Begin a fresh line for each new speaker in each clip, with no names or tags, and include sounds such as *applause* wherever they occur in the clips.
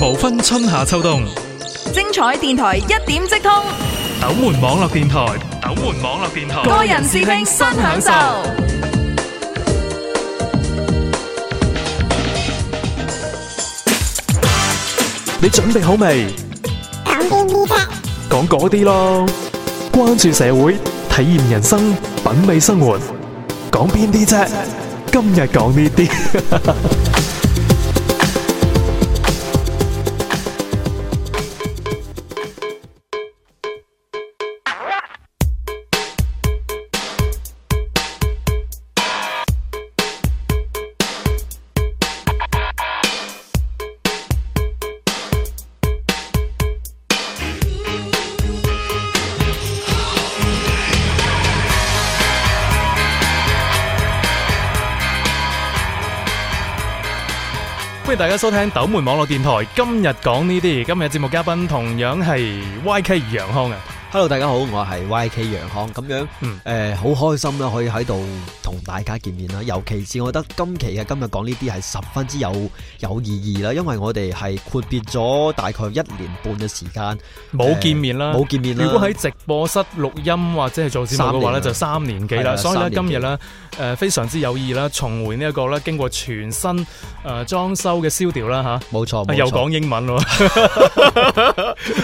無分春夏秋冬，
精彩電台一點即通，
斗門網絡電台，斗門網絡電台，
個人視聽新享受。
你準備好未？
講邊啲啫？
講嗰啲咯，關注社會，體驗人生，品味生活。講邊啲啫？今日講呢啲。歡迎大家收聽斗門網絡電台。今日講呢啲，今日節目嘉賓同樣係 YK 楊康啊。
Hello，大家好，我係 YK 楊康，咁樣
嗯
誒好開心啦，可以喺度同大家見面啦。尤其是我覺得今期嘅今日講呢啲係十分之有有意義啦，因為我哋係闊別咗大概一年半嘅時間，
冇見面啦，
冇見面啦。
如果喺直播室錄音或者係做節目嘅話咧，
三年啦
就三年幾
係
啦。
啊
所以咧
三年
今
幾
日咧，誒、非常之有意義啦，重回呢一個咧經過全新誒、呃、裝修嘅燒調啦吓。
冇錯，
啊
冇
又
錯
講英文咯，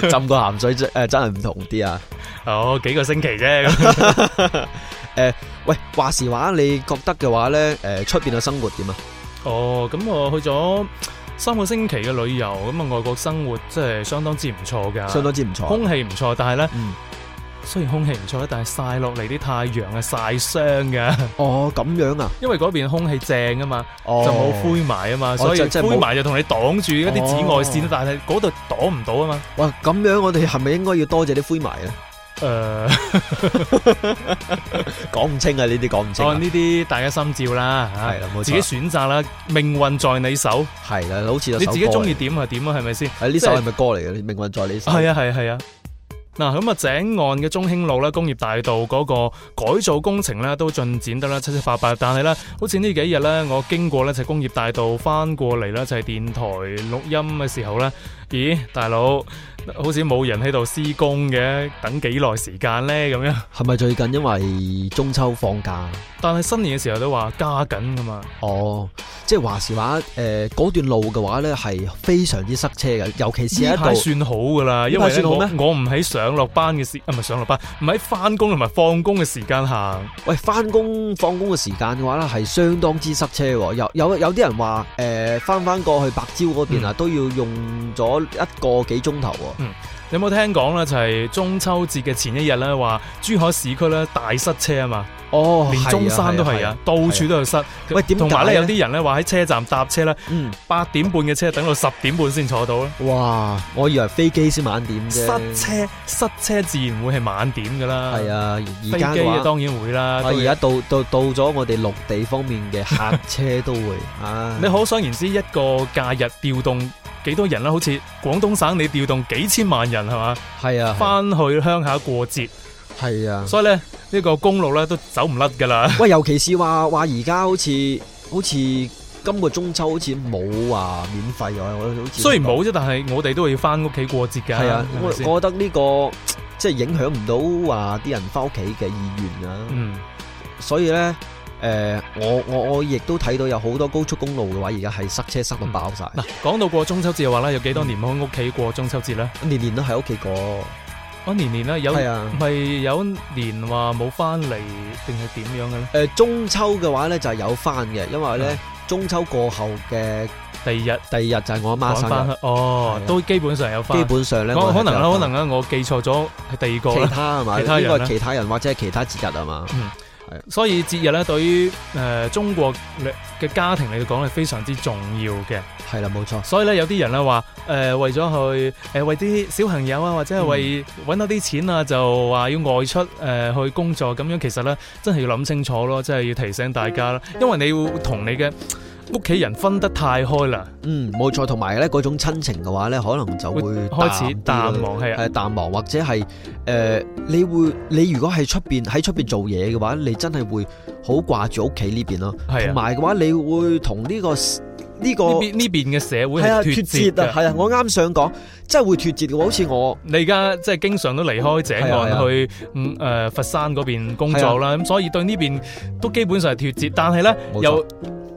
浸過鹹水 *laughs* 誒、真係唔同啲啊！
*laughs* 哦幾個星期
*laughs*
啫，咁
喂，話時話，你覺得嘅話咧，誒、出邊嘅生活點啊？
哦咁我去咗三個星期嘅旅遊，咁啊外國生活真係相當之唔錯噶，
相當之唔錯。
空氣唔錯，但係咧
嗯，
雖然空氣唔錯，但係曬落嚟啲太陽係曬傷噶，
哦，咁樣啊，
*laughs* 因為嗰邊空氣正啊嘛。
哦
就冇灰霾啊嘛，所以
就即係冇
灰霾就同你擋住一啲紫外線，啊
哦
但係嗰度擋唔到啊
*laughs*
嘛。
哇，咁樣我哋係咪應該要多謝啲灰霾咧？
誒、
講唔清啊，呢啲講唔
*laughs*
清
按
啊。
呢啲大家心照啦，
係啦，冇錯。
自己選擇啦，命運在你手，
係啦，好似有
你
首
自己中
歌
意
嚟。
點就點啊，係咪先？
誒呢
即
首
係
係咪歌嚟嘅？命運在你手。
係啊，係啊，係啊。嗱，咁啊，井岸嘅中興路啦、工業大道嗰個改造工程咧，都進展得啦七七八八。但係咧，好似呢幾日咧，我經過咧就係工業大道翻過嚟啦，就係電台錄音嘅時候咧，咦，大佬，好似冇人喺度施工嘅，等幾耐時間咧咁樣？
係咪最近因為中秋放假？
但係新年嘅時候都話加緊噶嘛，
哦，即係話時話誒，嗰、段路嘅話咧係非常之塞車嘅，尤其是
呢
喺
排
度
算好噶啦，因
呢
為
排
咧
算
我
好
我
咩
唔喺上落班嘅時，啊唔係上落班，唔喺翻工同埋放工嘅時間行。
喂翻工放工嘅時間嘅話咧係相當之塞車喎。有有有啲人話誒翻翻過去白蕉嗰邊啊，
嗯
都要用咗一個幾鐘頭喎。
有冇聽講咧？就係、中秋節嘅前一日咧，話珠海市區咧大塞車啊嘛，
哦，
連中山都係
係
啊，，到處都有塞。
喂點
同埋咧，
解
有
呢
啲人咧話喺車站搭車咧，
嗯，
八點半嘅車等到十點半先坐到咧。
哇！我以為飛機先晚點啫。
塞車，啊塞車自然會係晚點噶啦。
係，啊，
飛
而家
機
嘅話
啊。當然會啦。
啊！
都
而
有
家到到到咗我哋陸地方面
*laughs*
嘅客車都會啊，
你可想而知，一個假日調動幾多人啊啦？好似廣東省你調動幾千萬人係嘛，
係啊，
翻去鄉下過節，
係啊，
所以咧呢、呢個公路咧都走唔甩噶啦。
喂，尤其是話話而家好似好似今個中秋好似冇話免費啊，我好似
雖然冇啫，但係我哋都要翻屋企過節㗎。
係啊
係，咪
我
先
我覺得呢個即係影響唔到話啲人翻屋企嘅意願啊，
嗯，
所以咧。誒、我我我亦都睇到有好多高速公路嘅話，而家係塞車塞到爆晒，
嗱，講到過中秋節嘅話咧，有幾多年冇喺屋企過中秋節咧？
年年都喺屋企過，
我年年咧有，
係啊。
咪有年話冇翻嚟，定係點樣嘅咧？
誒、呃中秋嘅話咧就係有翻嘅，因為咧、
啊
中秋過後嘅
第二日
第二日就係我阿媽
趕翻
生
去，哦
係，啊
都基本上有
日，基
翻。
本上咧
可可能啊啦，可能
啦，
啦，我記錯咗係第二個
其
啦。
他係嘛？
其他人啊
應
啦
該係其他人或者係其他節日係嘛？
所以節日咧，對於誒、呃中國嘅家庭嚟講係非常之重要嘅。
係啦，冇錯。
所以咧，有啲人咧話誒，為咗去誒、呃、為啲小朋友啊，或者係
嗯
為揾多啲錢啊，就話要外出誒、呃去工作咁樣。其實咧，真係要諗清楚咯，真係要提醒大家啦，因為你要同你嘅屋企人分得太開啦，
嗯，冇錯。同埋咧嗰種親情嘅話咧，可能就會
開始淡
啲啦
忘係啊。
係淡忘，或者係誒、你會你如果喺出邊喺出邊做嘢嘅話，你真係會好掛住屋企呢邊咯。
係啊，
同埋嘅話，你會同呢個呢個
呢邊呢邊嘅社會
係啊
係
脱
脱
節啊，
嘅。
係啊，我啱想講，真係會脱節嘅喎，好似我。
你而家即係經常都離開井
係啊係
岸
啊
去嗯誒佛山嗰邊工作啦，咁所以對呢邊都基本上係脱節，但係咧
冇錯
又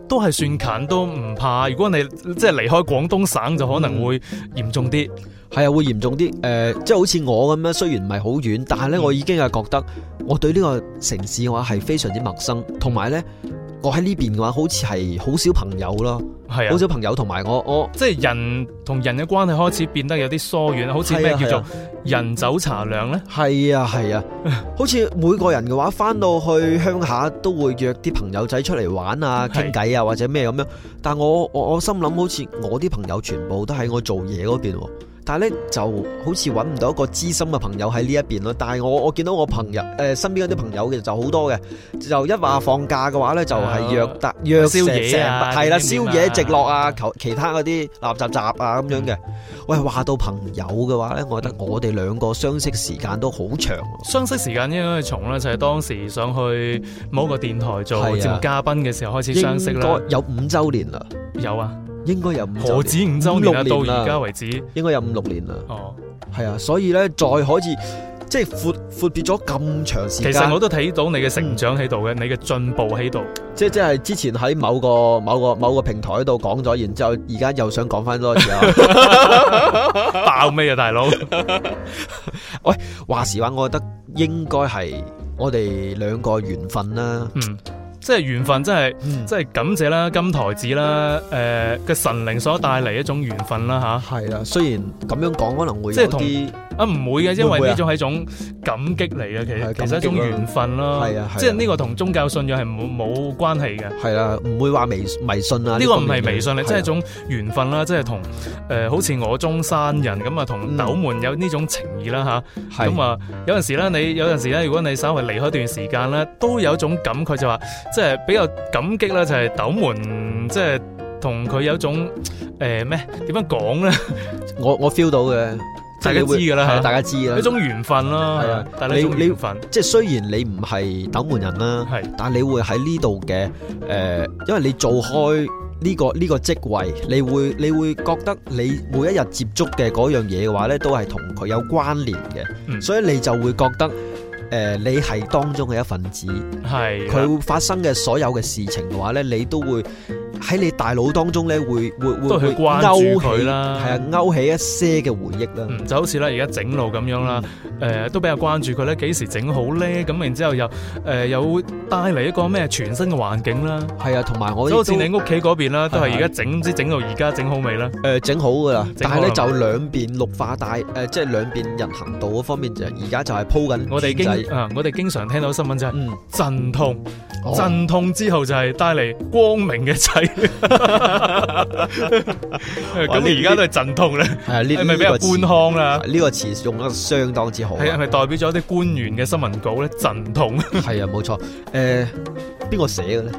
都係算近，都唔怕。如果你即係離開廣東省，就可能會
嗯
嚴重啲。
係啊，會嚴重啲，誒、即係好似我咁樣，雖然唔係好遠，但係咧，
嗯
我已經係覺得我對呢個城市嘅話係非常之陌生，同埋咧，我喺呢邊嘅話好似係好少朋友咯，
係
好
啊，
少朋友，同埋我我
即係人同人嘅關係開始變得有啲疏遠，好似咩
啊
叫做人走茶涼咧？
係啊係啊，好似每個人嘅話翻到去鄉下都會約啲朋友仔出嚟玩啊、
嗯係
傾偈啊或者咩咁樣，但我我我心諗好似我啲朋友全部都喺我做嘢嗰邊喎。但係咧就好似揾唔到一個知心嘅朋友喺呢一邊咯。但係我我見到我朋友誒、呃身邊嗰啲朋友嘅就好多嘅，就一話放假嘅話咧就
啊
係約搭約
宵夜啊
成係啦，
點點
宵
點啊
夜直落啊，求其他嗰啲垃圾雜啊咁樣嘅。
嗯
喂，話到朋友嘅話咧，我覺得我哋兩個相識時間都好長喎。
相識時間應該係從咧，就係、當時上去某一個電台做
係啊
節目嘉賓嘅時候開始相識
應該
啦。
有五週年啦，
有啊，
應該有五
何
週年，
止五週年啊，
五六
到
年啦
而家為止，
應該有五六年啦。
哦，
係啊，所以咧再可以即係闊闊別咗咁長時
其
間。
實我都睇到你嘅成長喺度嘅，你嘅進步喺度。
即即係之前喺某個某個某個平台度講咗，然之後而家又想講翻多
*laughs*
次啊！
爆咩啊，大
*laughs*
佬？
話時話，我覺得應該係我哋兩個緣分啦。
嗯，即係緣分，真係
嗯，
即係感謝啦，金台子啦，誒、嘅神靈所帶嚟一種緣分啦吓。
係啦。雖然咁樣講可能會
即
有
係同
啲
啊唔會嘅，因
會唔
為
會啊
呢種係一種感激嚟嘅，其
係
實其
感激
實一種
啦
緣分啦。
係啊係啊啊
即係呢個同宗教信仰係冇冇關係嘅。
係啦，唔會話迷迷信啊。
呢個唔
方面
係
嘅
迷信嚟，
係
即係
啦
一種緣分啦，即係同誒好似我中山人咁啊，同
嗯
斗門有呢種情義啦吓，
係
咁啊，有陣時咧，你有陣時咧，如果你稍微離開一段時間咧，都有一種感慨就話，即係比較感激啦，就係斗門即係同佢有一種誒咩點樣講咧，
我我 feel 到嘅，即係你會
大家知㗎啦
係啊
嚇
大家知㗎啦。
一種緣分
係
啦
啊，
但係呢種
你
緣分
即係雖然你唔係斗門人啦，
係
但你會喺呢度嘅誒，因為你做開呢、個呢、個職位，你會你會覺得你每一日接觸嘅嗰樣嘢嘅話呢，都係同佢有關聯嘅，
嗯
所以你就會覺得誒、呃你係當中嘅一份子，
係啊啦
佢發生嘅所有嘅事情嘅話呢，你都會喺你大腦當中呢，會會
嗯都
會
去
會
關
勾
注
起
佢，啦，
係啊，勾起一些嘅回憶啦。
嗯，就好似啦，而家整路咁樣啦，誒、
嗯
都比較關注佢咧，幾時整好咧？咁然之後又誒、又帶嚟一個咩全新嘅環境啦，
係啊，同埋我
就
亦
好似
都
你屋企嗰邊啦，都係
係
而家整，唔知整到而家整好未啦？
誒呃整好噶啦，
嗯整
但
好
係
啦
咧就兩邊綠化帶誒、即係兩邊人行道嗰方面就而家就係鋪緊
我哋
經
經啊，我哋經常聽到新聞就係
嗯
陣痛，
哦
陣痛之後就係帶嚟光明嘅
*laughs*
仔。
哇呢
咁而家都係陣痛咧，
係啊呢
係咪
呢
比較
個詞啊
官腔啦？
呢個詞用得相當之好啊，
係係咪代表咗啲官員嘅新聞稿咧？陣
*laughs*
痛
係啊冇錯誒邊個寫嘅咧？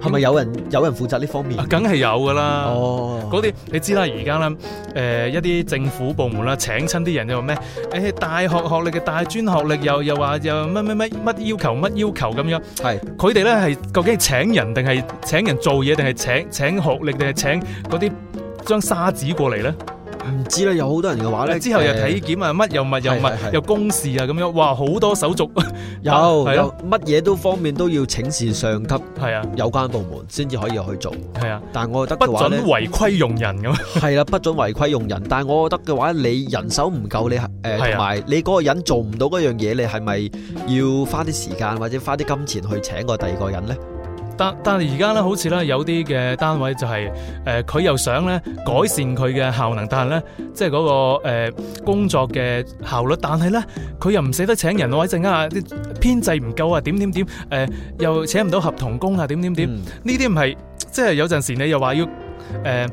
係咪有人有人負責呢方面？
梗係有噶啦。
嗯哦，
嗰啲你知啦，而家啦，誒、一啲政府部門啦，請親啲人又話咩？誒、大學學歷嘅大專學歷又又話又乜乜乜乜要求乜要求咁樣，
係
佢哋咧係究竟係請人定係請人做嘢定係請請學歷定係請嗰啲張沙紙過嚟咧？
唔知啦，有好多人嘅話咧
之後又
啊誒
體檢啊，乜又物又
係係係
物又公事啊咁樣，哇好多手續 *laughs*
有
啊係
有
咯
乜嘢都方面都要請示上級
係啊
有關部門先至可以去做，
係啊，
但係我覺
不
得嘅話咧
准。違規用人咁。
係啦，不准違規用人。但係我覺得嘅話，你人手唔夠，你誒
係啊
同埋你嗰個人做唔到嗰樣嘢，你係咪要花啲時間或者花啲金錢去請個第二個人呢？
但但係而家咧，好似咧有啲嘅單位就係、誒，佢、又想咧改善佢嘅效能，但係咧即係嗰、個、呃、工作嘅效率，但係咧佢又唔捨得請人喎，一陣間啊啲編制唔夠啊，點點點誒，又請唔到合同工啊，點點點，呢
嗯
啲唔係即係有陣時你又話要誒。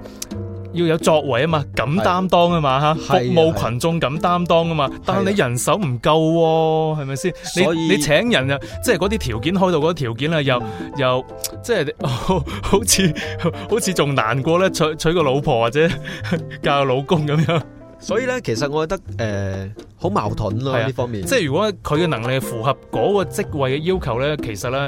要有作為啊嘛，敢擔當啊嘛嚇，
係
服
啊
務
係啊
群眾敢擔當啊嘛，但係你人手唔夠喎，係咪先？
所以
你你請人啊，即係嗰啲條件開到嗰啲條件啊，又
嗯
又即係 *laughs* 好好似好似仲難過咧，娶娶個老婆或者嫁個老公咁樣，
所以咧，其實我覺得诶好、矛盾咯
係啊
呢方面，
即係如果佢嘅能力符合嗰個職位嘅要求咧，其實咧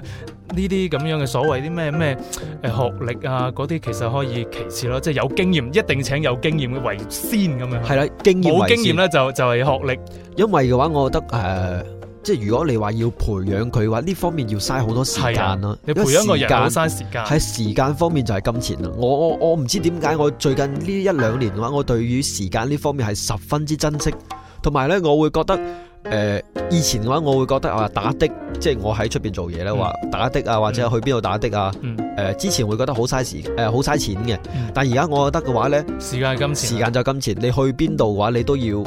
呢啲咁樣嘅所謂啲咩咩誒學歷啊嗰啲，其實可以其次咯，即係有經驗一定請有經驗嘅為先咁樣。
係啦經驗
冇
為
經驗
先，
咧就就係學歷，
因為嘅話，我覺得诶、呃即係如果你話要培養佢嘅話，呢方面要嘥好多時間啦。
啊你培養一個人
因
好
為時間
嘥時間。
喺時間方面就係金錢啦。我我我唔知點解我最近呢一兩年嘅話，我對於時間呢方面係十分之珍惜，同埋呢，我會覺得誒、以前嘅話，我會覺得啊打的，即係我喺出邊做嘢呢，
嗯
話打的啊，或者去邊度打的啊，誒、
嗯
之前會覺得好嘥時誒好嘥錢嘅
嗯，
但而家我覺得嘅話呢，
時間係金錢
時
啊。
間就係金錢，你去邊度嘅話，你都要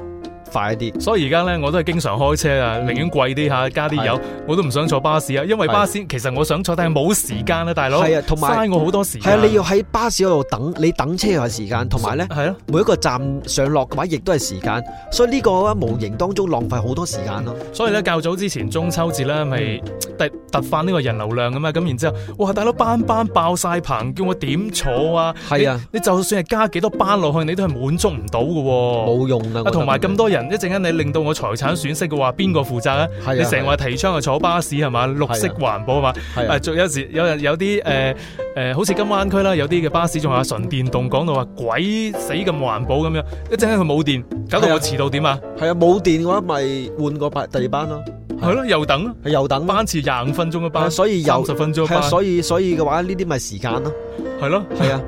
快啲。
所以而家咧，我都係經常開車啊，寧願貴啲嚇，加啲油，我都唔想坐巴士啊，因為
係
巴士其實我想坐，但係冇時間啊，大佬，
係啊同埋
嘥我好多時
係
間。
啊，你要喺巴士嗰度等，你等車又係時間，同埋呢。
係咯，
每一個站上落嘅話，亦都係時間，所以呢個啊無形當中浪費好多時間咯。
所以咧較早之前中秋節咧，咪
嗯
突突翻呢個人流量咁啊，咁然之後，哇，大佬班班爆晒棚，叫我點坐啊？
係啊
你，你就算係加幾多班落去，你都係滿足唔到嘅喎。
冇用啊！我覺
啊，
得
同埋咁多人，一陣間你令到我財產損失嘅話，邊個負責啊？
係啊
你成日話提倡去坐巴士係嘛，綠色
係啊
環保係嘛？
係
誒，
啊
仲有時有人有啲誒誒，好似金灣區啦，有啲嘅巴士仲話純電動，講到話鬼死咁環保咁樣，一陣間佢冇電，搞到
係啊
我遲到點啊？
係啊，冇電嘅話咪換個班第二班咯，係
係咯，又等咯
係又等咯。
班次廿五分鐘嘅
係啊
班，
所以又
三十分鐘嘅
係啊，
班，
所以所以嘅話呢啲咪時間咯，
係咯，
係啊。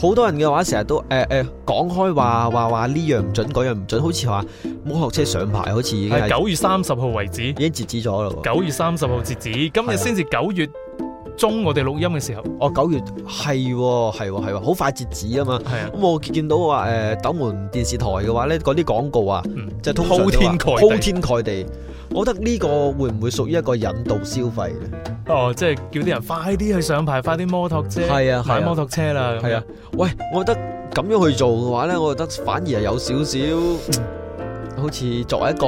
好多人嘅話成日都誒誒講開話話話呢樣唔準嗰樣唔準，好似話摩托車上牌好似已經
係
係
九月三十號為止，
已經截止咗啦喎。
九月三十號截止，今
係
日
啊
先至九月中，我哋錄音嘅時候，
哦，九月係喎係喎係喎，好快截止啊嘛。
係啊
咁。我見到話誒斗門電視台嘅話咧，嗰啲廣告啊，
嗯
即係通常都話
鋪天蓋地
鋪天蓋地。我覺得呢個會唔會屬於一個引導消費咧？
哦，即係叫啲人快啲去上牌，快啲摩托車，
係啊係啊
買摩托車啦，咁樣
係啊，喂，我覺得咁樣去做嘅話咧，我覺得反而係有少少，好似作為一個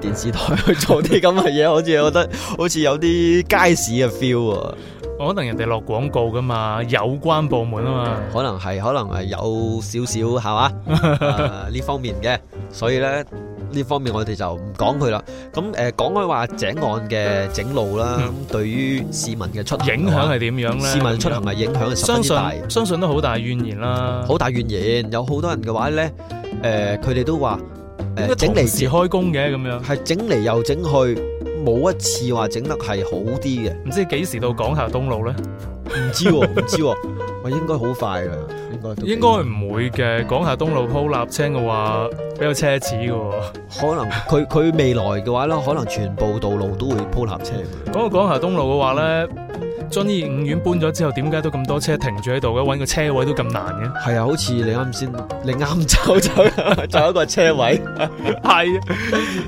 電視台去做啲咁嘅嘢，好似覺得好似有啲街市嘅 feel 啊。
可能人哋落廣告噶嘛，有關部門啊嘛。
可能係，可能係有少少係
*laughs*
嘛啊呢方面嘅，所以咧呢方面我哋就唔講佢啦。咁誒講開話井岸嘅整路啦，
嗯
咁對於市民嘅出行
影響係點樣咧？
市民出行嘅影響係十
相
分之大，
信相信都好大怨言啦。
好大怨言。有好多人嘅話咧，誒佢哋都話
點解
誒整
同時
嚟
開工嘅咁樣，
係整嚟又整去，冇一次話整得係好啲嘅。
唔知幾時到廣廈東路咧？
唔知喎，唔知喎，喂應該好快啦，應該都幾
應該唔會嘅，廣廈東路鋪立青嘅話比較奢侈嘅喎。
可能佢佢未來嘅話咧，可能全部道路都會鋪立車。
講到廣廈東路嘅話咧，遵義五院搬咗之後，點解都咁多車停住喺度嘅？揾個車位都咁難嘅？
係啊，好似你啱先，你啱走走走一個車位。
係啊，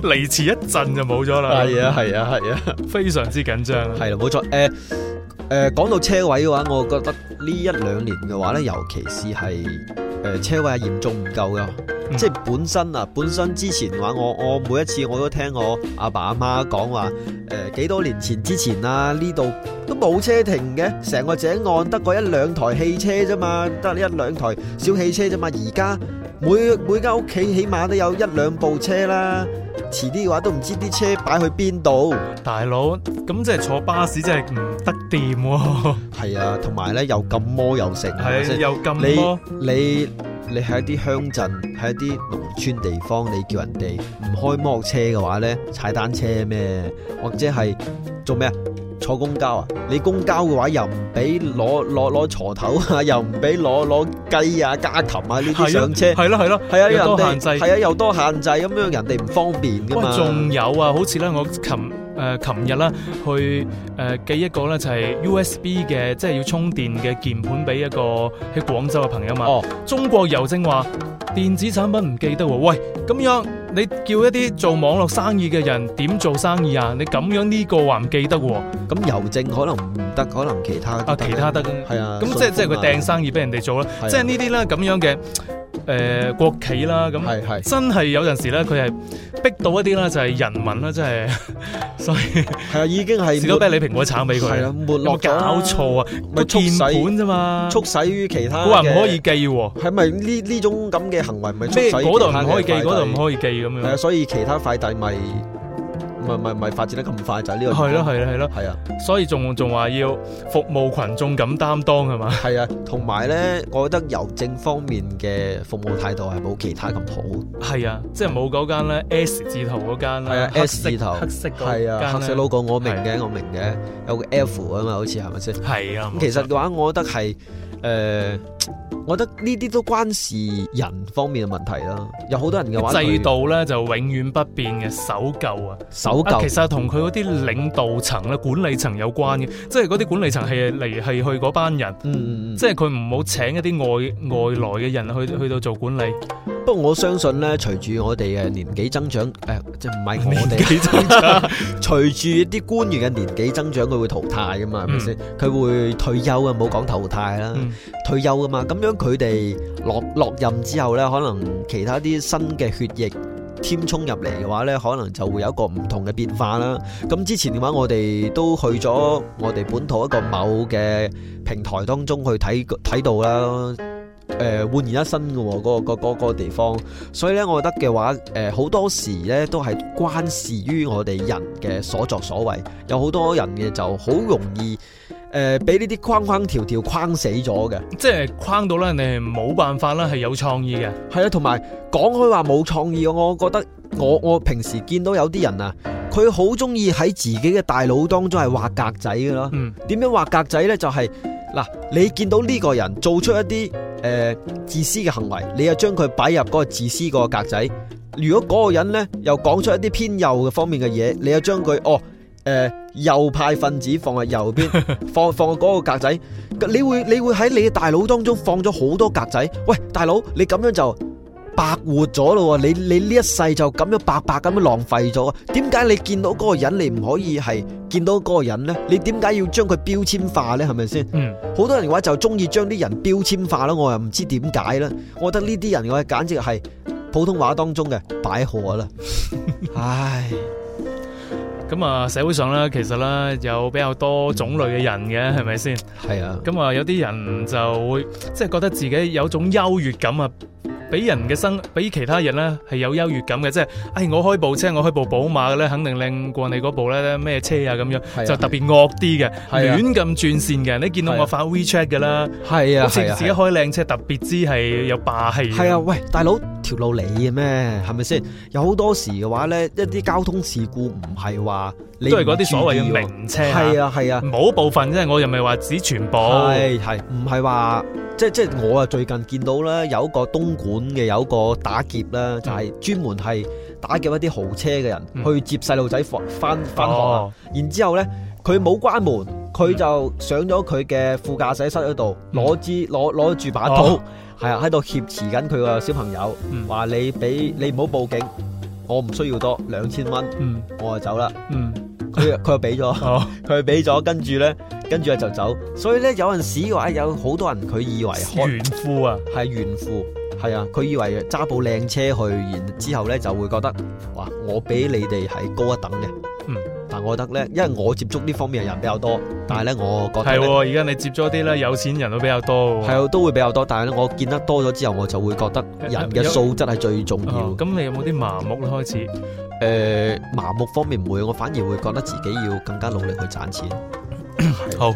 離遲一陣就冇咗啦。
係啊，係啊，係啊，
非常之緊張啊。
係啦，冇錯。誒誒，講到車位嘅話，我覺得呢一兩年嘅話咧，尤其是係誒車位係嚴重唔夠㗎。
嗯
即係本身啊，本身之前嘅話，我我每一次我都聽我阿爸阿媽講話，誒、幾多年前之前啊，呢度都冇車停嘅，成個井岸得嗰一兩台汽車啫嘛，得一兩台小汽車啫嘛，而家每每間屋企起碼都有一兩部車啦，遲啲嘅話都唔知啲車擺去邊度。
大佬，咁即係坐巴士真係唔得掂喎。
係啊，同埋咧又咁魔又食，係咪
係啊 *laughs*
先
又咁多。
你你你喺一啲鄉鎮，喺一啲農村地方，你叫人哋唔開摩托車嘅話呢，踩單車咩？或者係做咩啊？坐公交啊？你公交嘅話又唔俾攞攞攞鋤頭啊，又 *laughs* 唔俾攞攞雞啊、家禽啊呢啲上車，
係咯係咯，
係啊，人
又多限
哋
制
係啊，又多限制咁樣，人哋唔方便噶
哇
嘛。
仲有啊，好似咧，我琴誒琴日啦，去誒、呃、寄一個咧就係 USB 嘅，即係要充電嘅鍵盤俾一個喺廣州嘅朋友嘛。
哦，
中國郵政話電子產品唔記得喎，喂，咁樣你叫一啲做網絡生意嘅人點做生意啊？你咁樣呢個話唔記得喎，
咁郵政可能唔得，可能其他
啊其他得
係啊，
咁即係即係
順豐
佢
啊
掟生意俾人哋做啦，
係啊
即係呢啲咧咁樣嘅诶、呃、國企啦，咁
係係
真係有陣時咧，佢係逼到一啲啦，就係人民啦，即係 *laughs* 所以
係啊，已經
*laughs*
係
士多啤梨蘋果橙俾佢，
係啊，沒
有
落
冇搞
錯，
錯啊？
咪
個
促
鍵
使
盤啫嘛，
促使於其他
佢話唔可以
嘅，
記喎，
係咪呢呢種咁嘅行為咪促使
咩嗰度唔可以記，
記，
嗰度唔可以記咁
係啊，
樣。
所以其他快遞咪咪咪咪發展得咁快就係呢個
係咯，係咯，係咯，
係啊。
所以仲仲話要服務群眾咁擔當係嘛？
係啊，同埋咧，我覺得郵政方面嘅服務態度係冇其他咁好。
係啊，即係冇嗰間咧 S 字頭嗰間
係
啦
啊，
黑
S
色
字頭
黑色嗰
係啊，
間
黑色
咧
logo 我明嘅，我明嘅，有個 F 啊嘛，好似係咪先？
係啊，
咁其實嘅話，我覺得係誒、呃我覺得呢啲都關事人方面嘅問題啦。有好多人嘅話，
制
佢
度咧就永遠不變嘅守舊啊。
守
啊，
舊
其實同佢嗰啲領導層咧、管理層有關嘅，即係嗰啲管理層係嚟係去嗰班人，
嗯嗯嗯，
即係佢唔好請一啲外外來嘅人去去到做管理。
不過我相信咧，隨住我哋嘅年紀增長，誒、即係唔係我哋
紀增長
*laughs* 隨住啲官員嘅年紀增長，佢會淘汰噶嘛，係咪先？佢會退休啊，唔好講淘汰啦，
嗯
退休噶嘛。咁樣佢哋落落任之後呢，可能其他啲新嘅血液添充入嚟嘅話呢，可能就會有一個唔同嘅變化啦。咁之前嘅話，我哋都去咗我哋本土一個某嘅平台當中去睇睇到啦。誒、呃、煥然一新嘅喎，嗰、個嗰、個地方，所以咧，我覺得嘅話，誒、好多時咧都係關事於我哋人嘅所作所為，有好多人嘅就好容易誒俾呢啲框框條條框死咗嘅，
即係框到咧，你係冇辦法啦，係有創意嘅。
係啊，同埋講開話冇創意，我覺得我我平時見到有啲人啊，佢好中意喺自己嘅大腦當中係畫格仔嘅咯。
嗯，
點樣畫格仔呢？就係、嗱，你見到呢個人做出一啲誒、呃自私嘅行為，你又將佢擺入嗰個自私嗰個格仔。如果嗰個人呢又講出一啲偏右嘅方面嘅嘢，你又將佢哦誒、呃右派分子放喺右邊，放放喺嗰個格仔，你會你會喺你嘅大腦當中放咗好多格仔。喂，大佬，你咁樣就〜白活咗咯喎！你你呢一世就咁樣白白咁樣浪費咗，點解你見到嗰個人你唔可以係見到嗰個人呢？你點解要將佢標籤化呢？係咪先？
嗯，
好多人嘅話就中意將啲人標籤化啦，我又唔知點解啦。我覺得呢啲人嘅話簡直係普通話當中嘅擺
*laughs*
貨啦。唉，
咁啊，社會上咧其實咧有比較多種類嘅人嘅，係咪先？
係啊，
咁啊，有啲人就會即係覺得自己有種優越感啊，俾人嘅生，俾其他人咧係有優越感嘅，即係，唉、我開部車，我開部寶馬嘅咧，肯定靚過你嗰部咧咩車啊咁樣，
係啊
就特別惡啲嘅，
係啊
亂咁轉線嘅，你見到
係啊
我發 WeChat 嘅啦，
係
好
啊，
似
係啊
自己。開靚車，特別之係有霸氣。
系啊，，喂，大佬條路你嘅咩？係咪先？有好多時嘅話呢，一啲交通事故唔係話你
都係嗰啲所謂嘅
名，
名車
係啊係啊。
某部分啫，我又咪話指全部。
係係，唔係話即即我啊最近見到啦，有一個東莞嘅有一個打劫啦，就係、專門係打劫一啲豪車嘅人、
嗯
去接細路仔放翻翻學啊，
哦，嗯
然之後呢，佢冇關門，佢就上咗佢嘅副駕駛室嗰度，攞支攞攞住把刀
哦，
係啊喺度挾持緊佢個小朋友，
嗯
話、你俾你唔好報警，我唔需要多兩千蚊，
嗯
我就走啦，
嗯，
佢佢就俾咗。
哦，
佢俾咗，跟住呢，跟住就走。所以呢，有陣時嘅話，有好多人佢以為開
炫富啊，
係炫富，係啊，佢以為揸部靚車去，然之後呢就會覺得哇，我比你哋係高一等嘅。
嗯，
但我覺得呢，因為我接觸呢方面嘅人比較多，但係呢，我覺
係
得呢
喎，而家你接咗啲咧有錢人都比較多喎。
哦係啊，都會比較多。但係呢，我見得多咗之後，我就會覺得人嘅素質係最重要。
哦，咁你有冇啲麻木咧？開始
誒、麻木方面唔會，我反而會覺得自己要更加努力去賺 *coughs* 錢。
好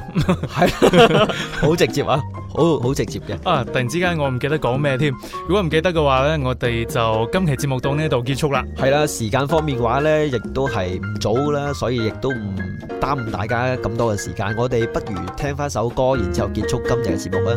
好直接啊，好好直接嘅。
啊！突然之間我唔記得講咩添。如果唔記得嘅話呢，我哋就今期節目到呢度結束啦。
系啦，時間方面嘅話呢，亦都係唔早啦，所以亦都唔耽誤大家咁多嘅時間。我哋不如聽翻首歌，然之后结束今日嘅節目啦。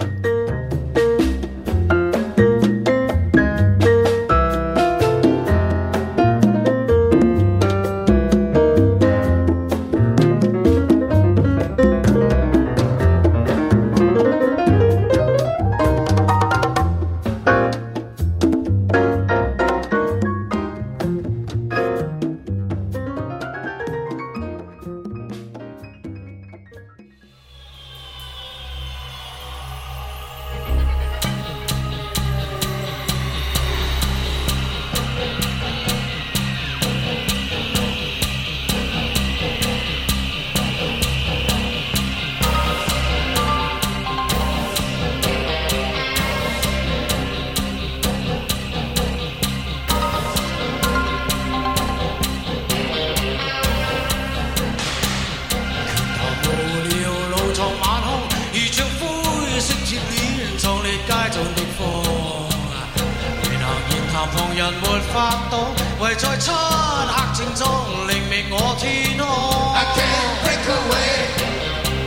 啊旁人沒法懂，唯在漆黑正中令覓我天空。I can't break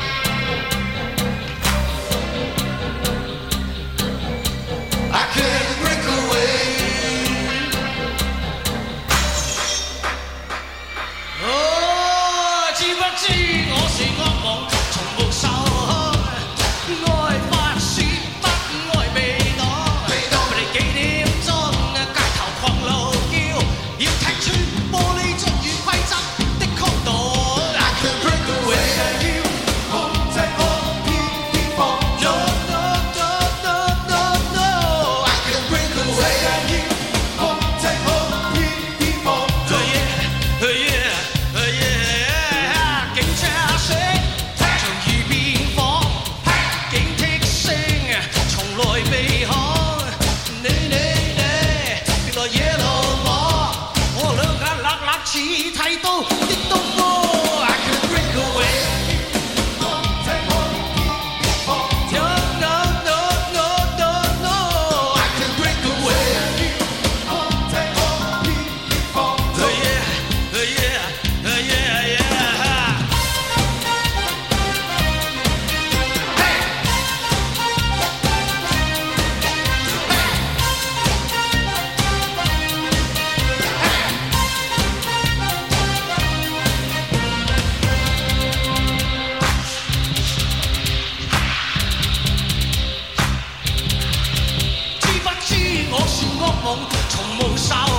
away。I can't break away。哦，知不知我是惡夢，從無受控，愛發泄不愛被擋。我哋幾點鐘嘅街頭狂怒叫，要踢穿玻璃樽與規則的曲度。I can't break away。成日要控制我，偏偏放縱。No no no no no no。I can't break away。成日要控制我，偏偏放縱。警車聲從耳邊放，警惕聲從來未響。你你你，原來野路網，我兩眼冷冷似剃刀的刀鋒。I can break away。No no no no no no。I can break away。Oh yeah, oh yeah, oh yeah, yeah. Chỉ bất chi, tôi là ác mộng, từ vô sầu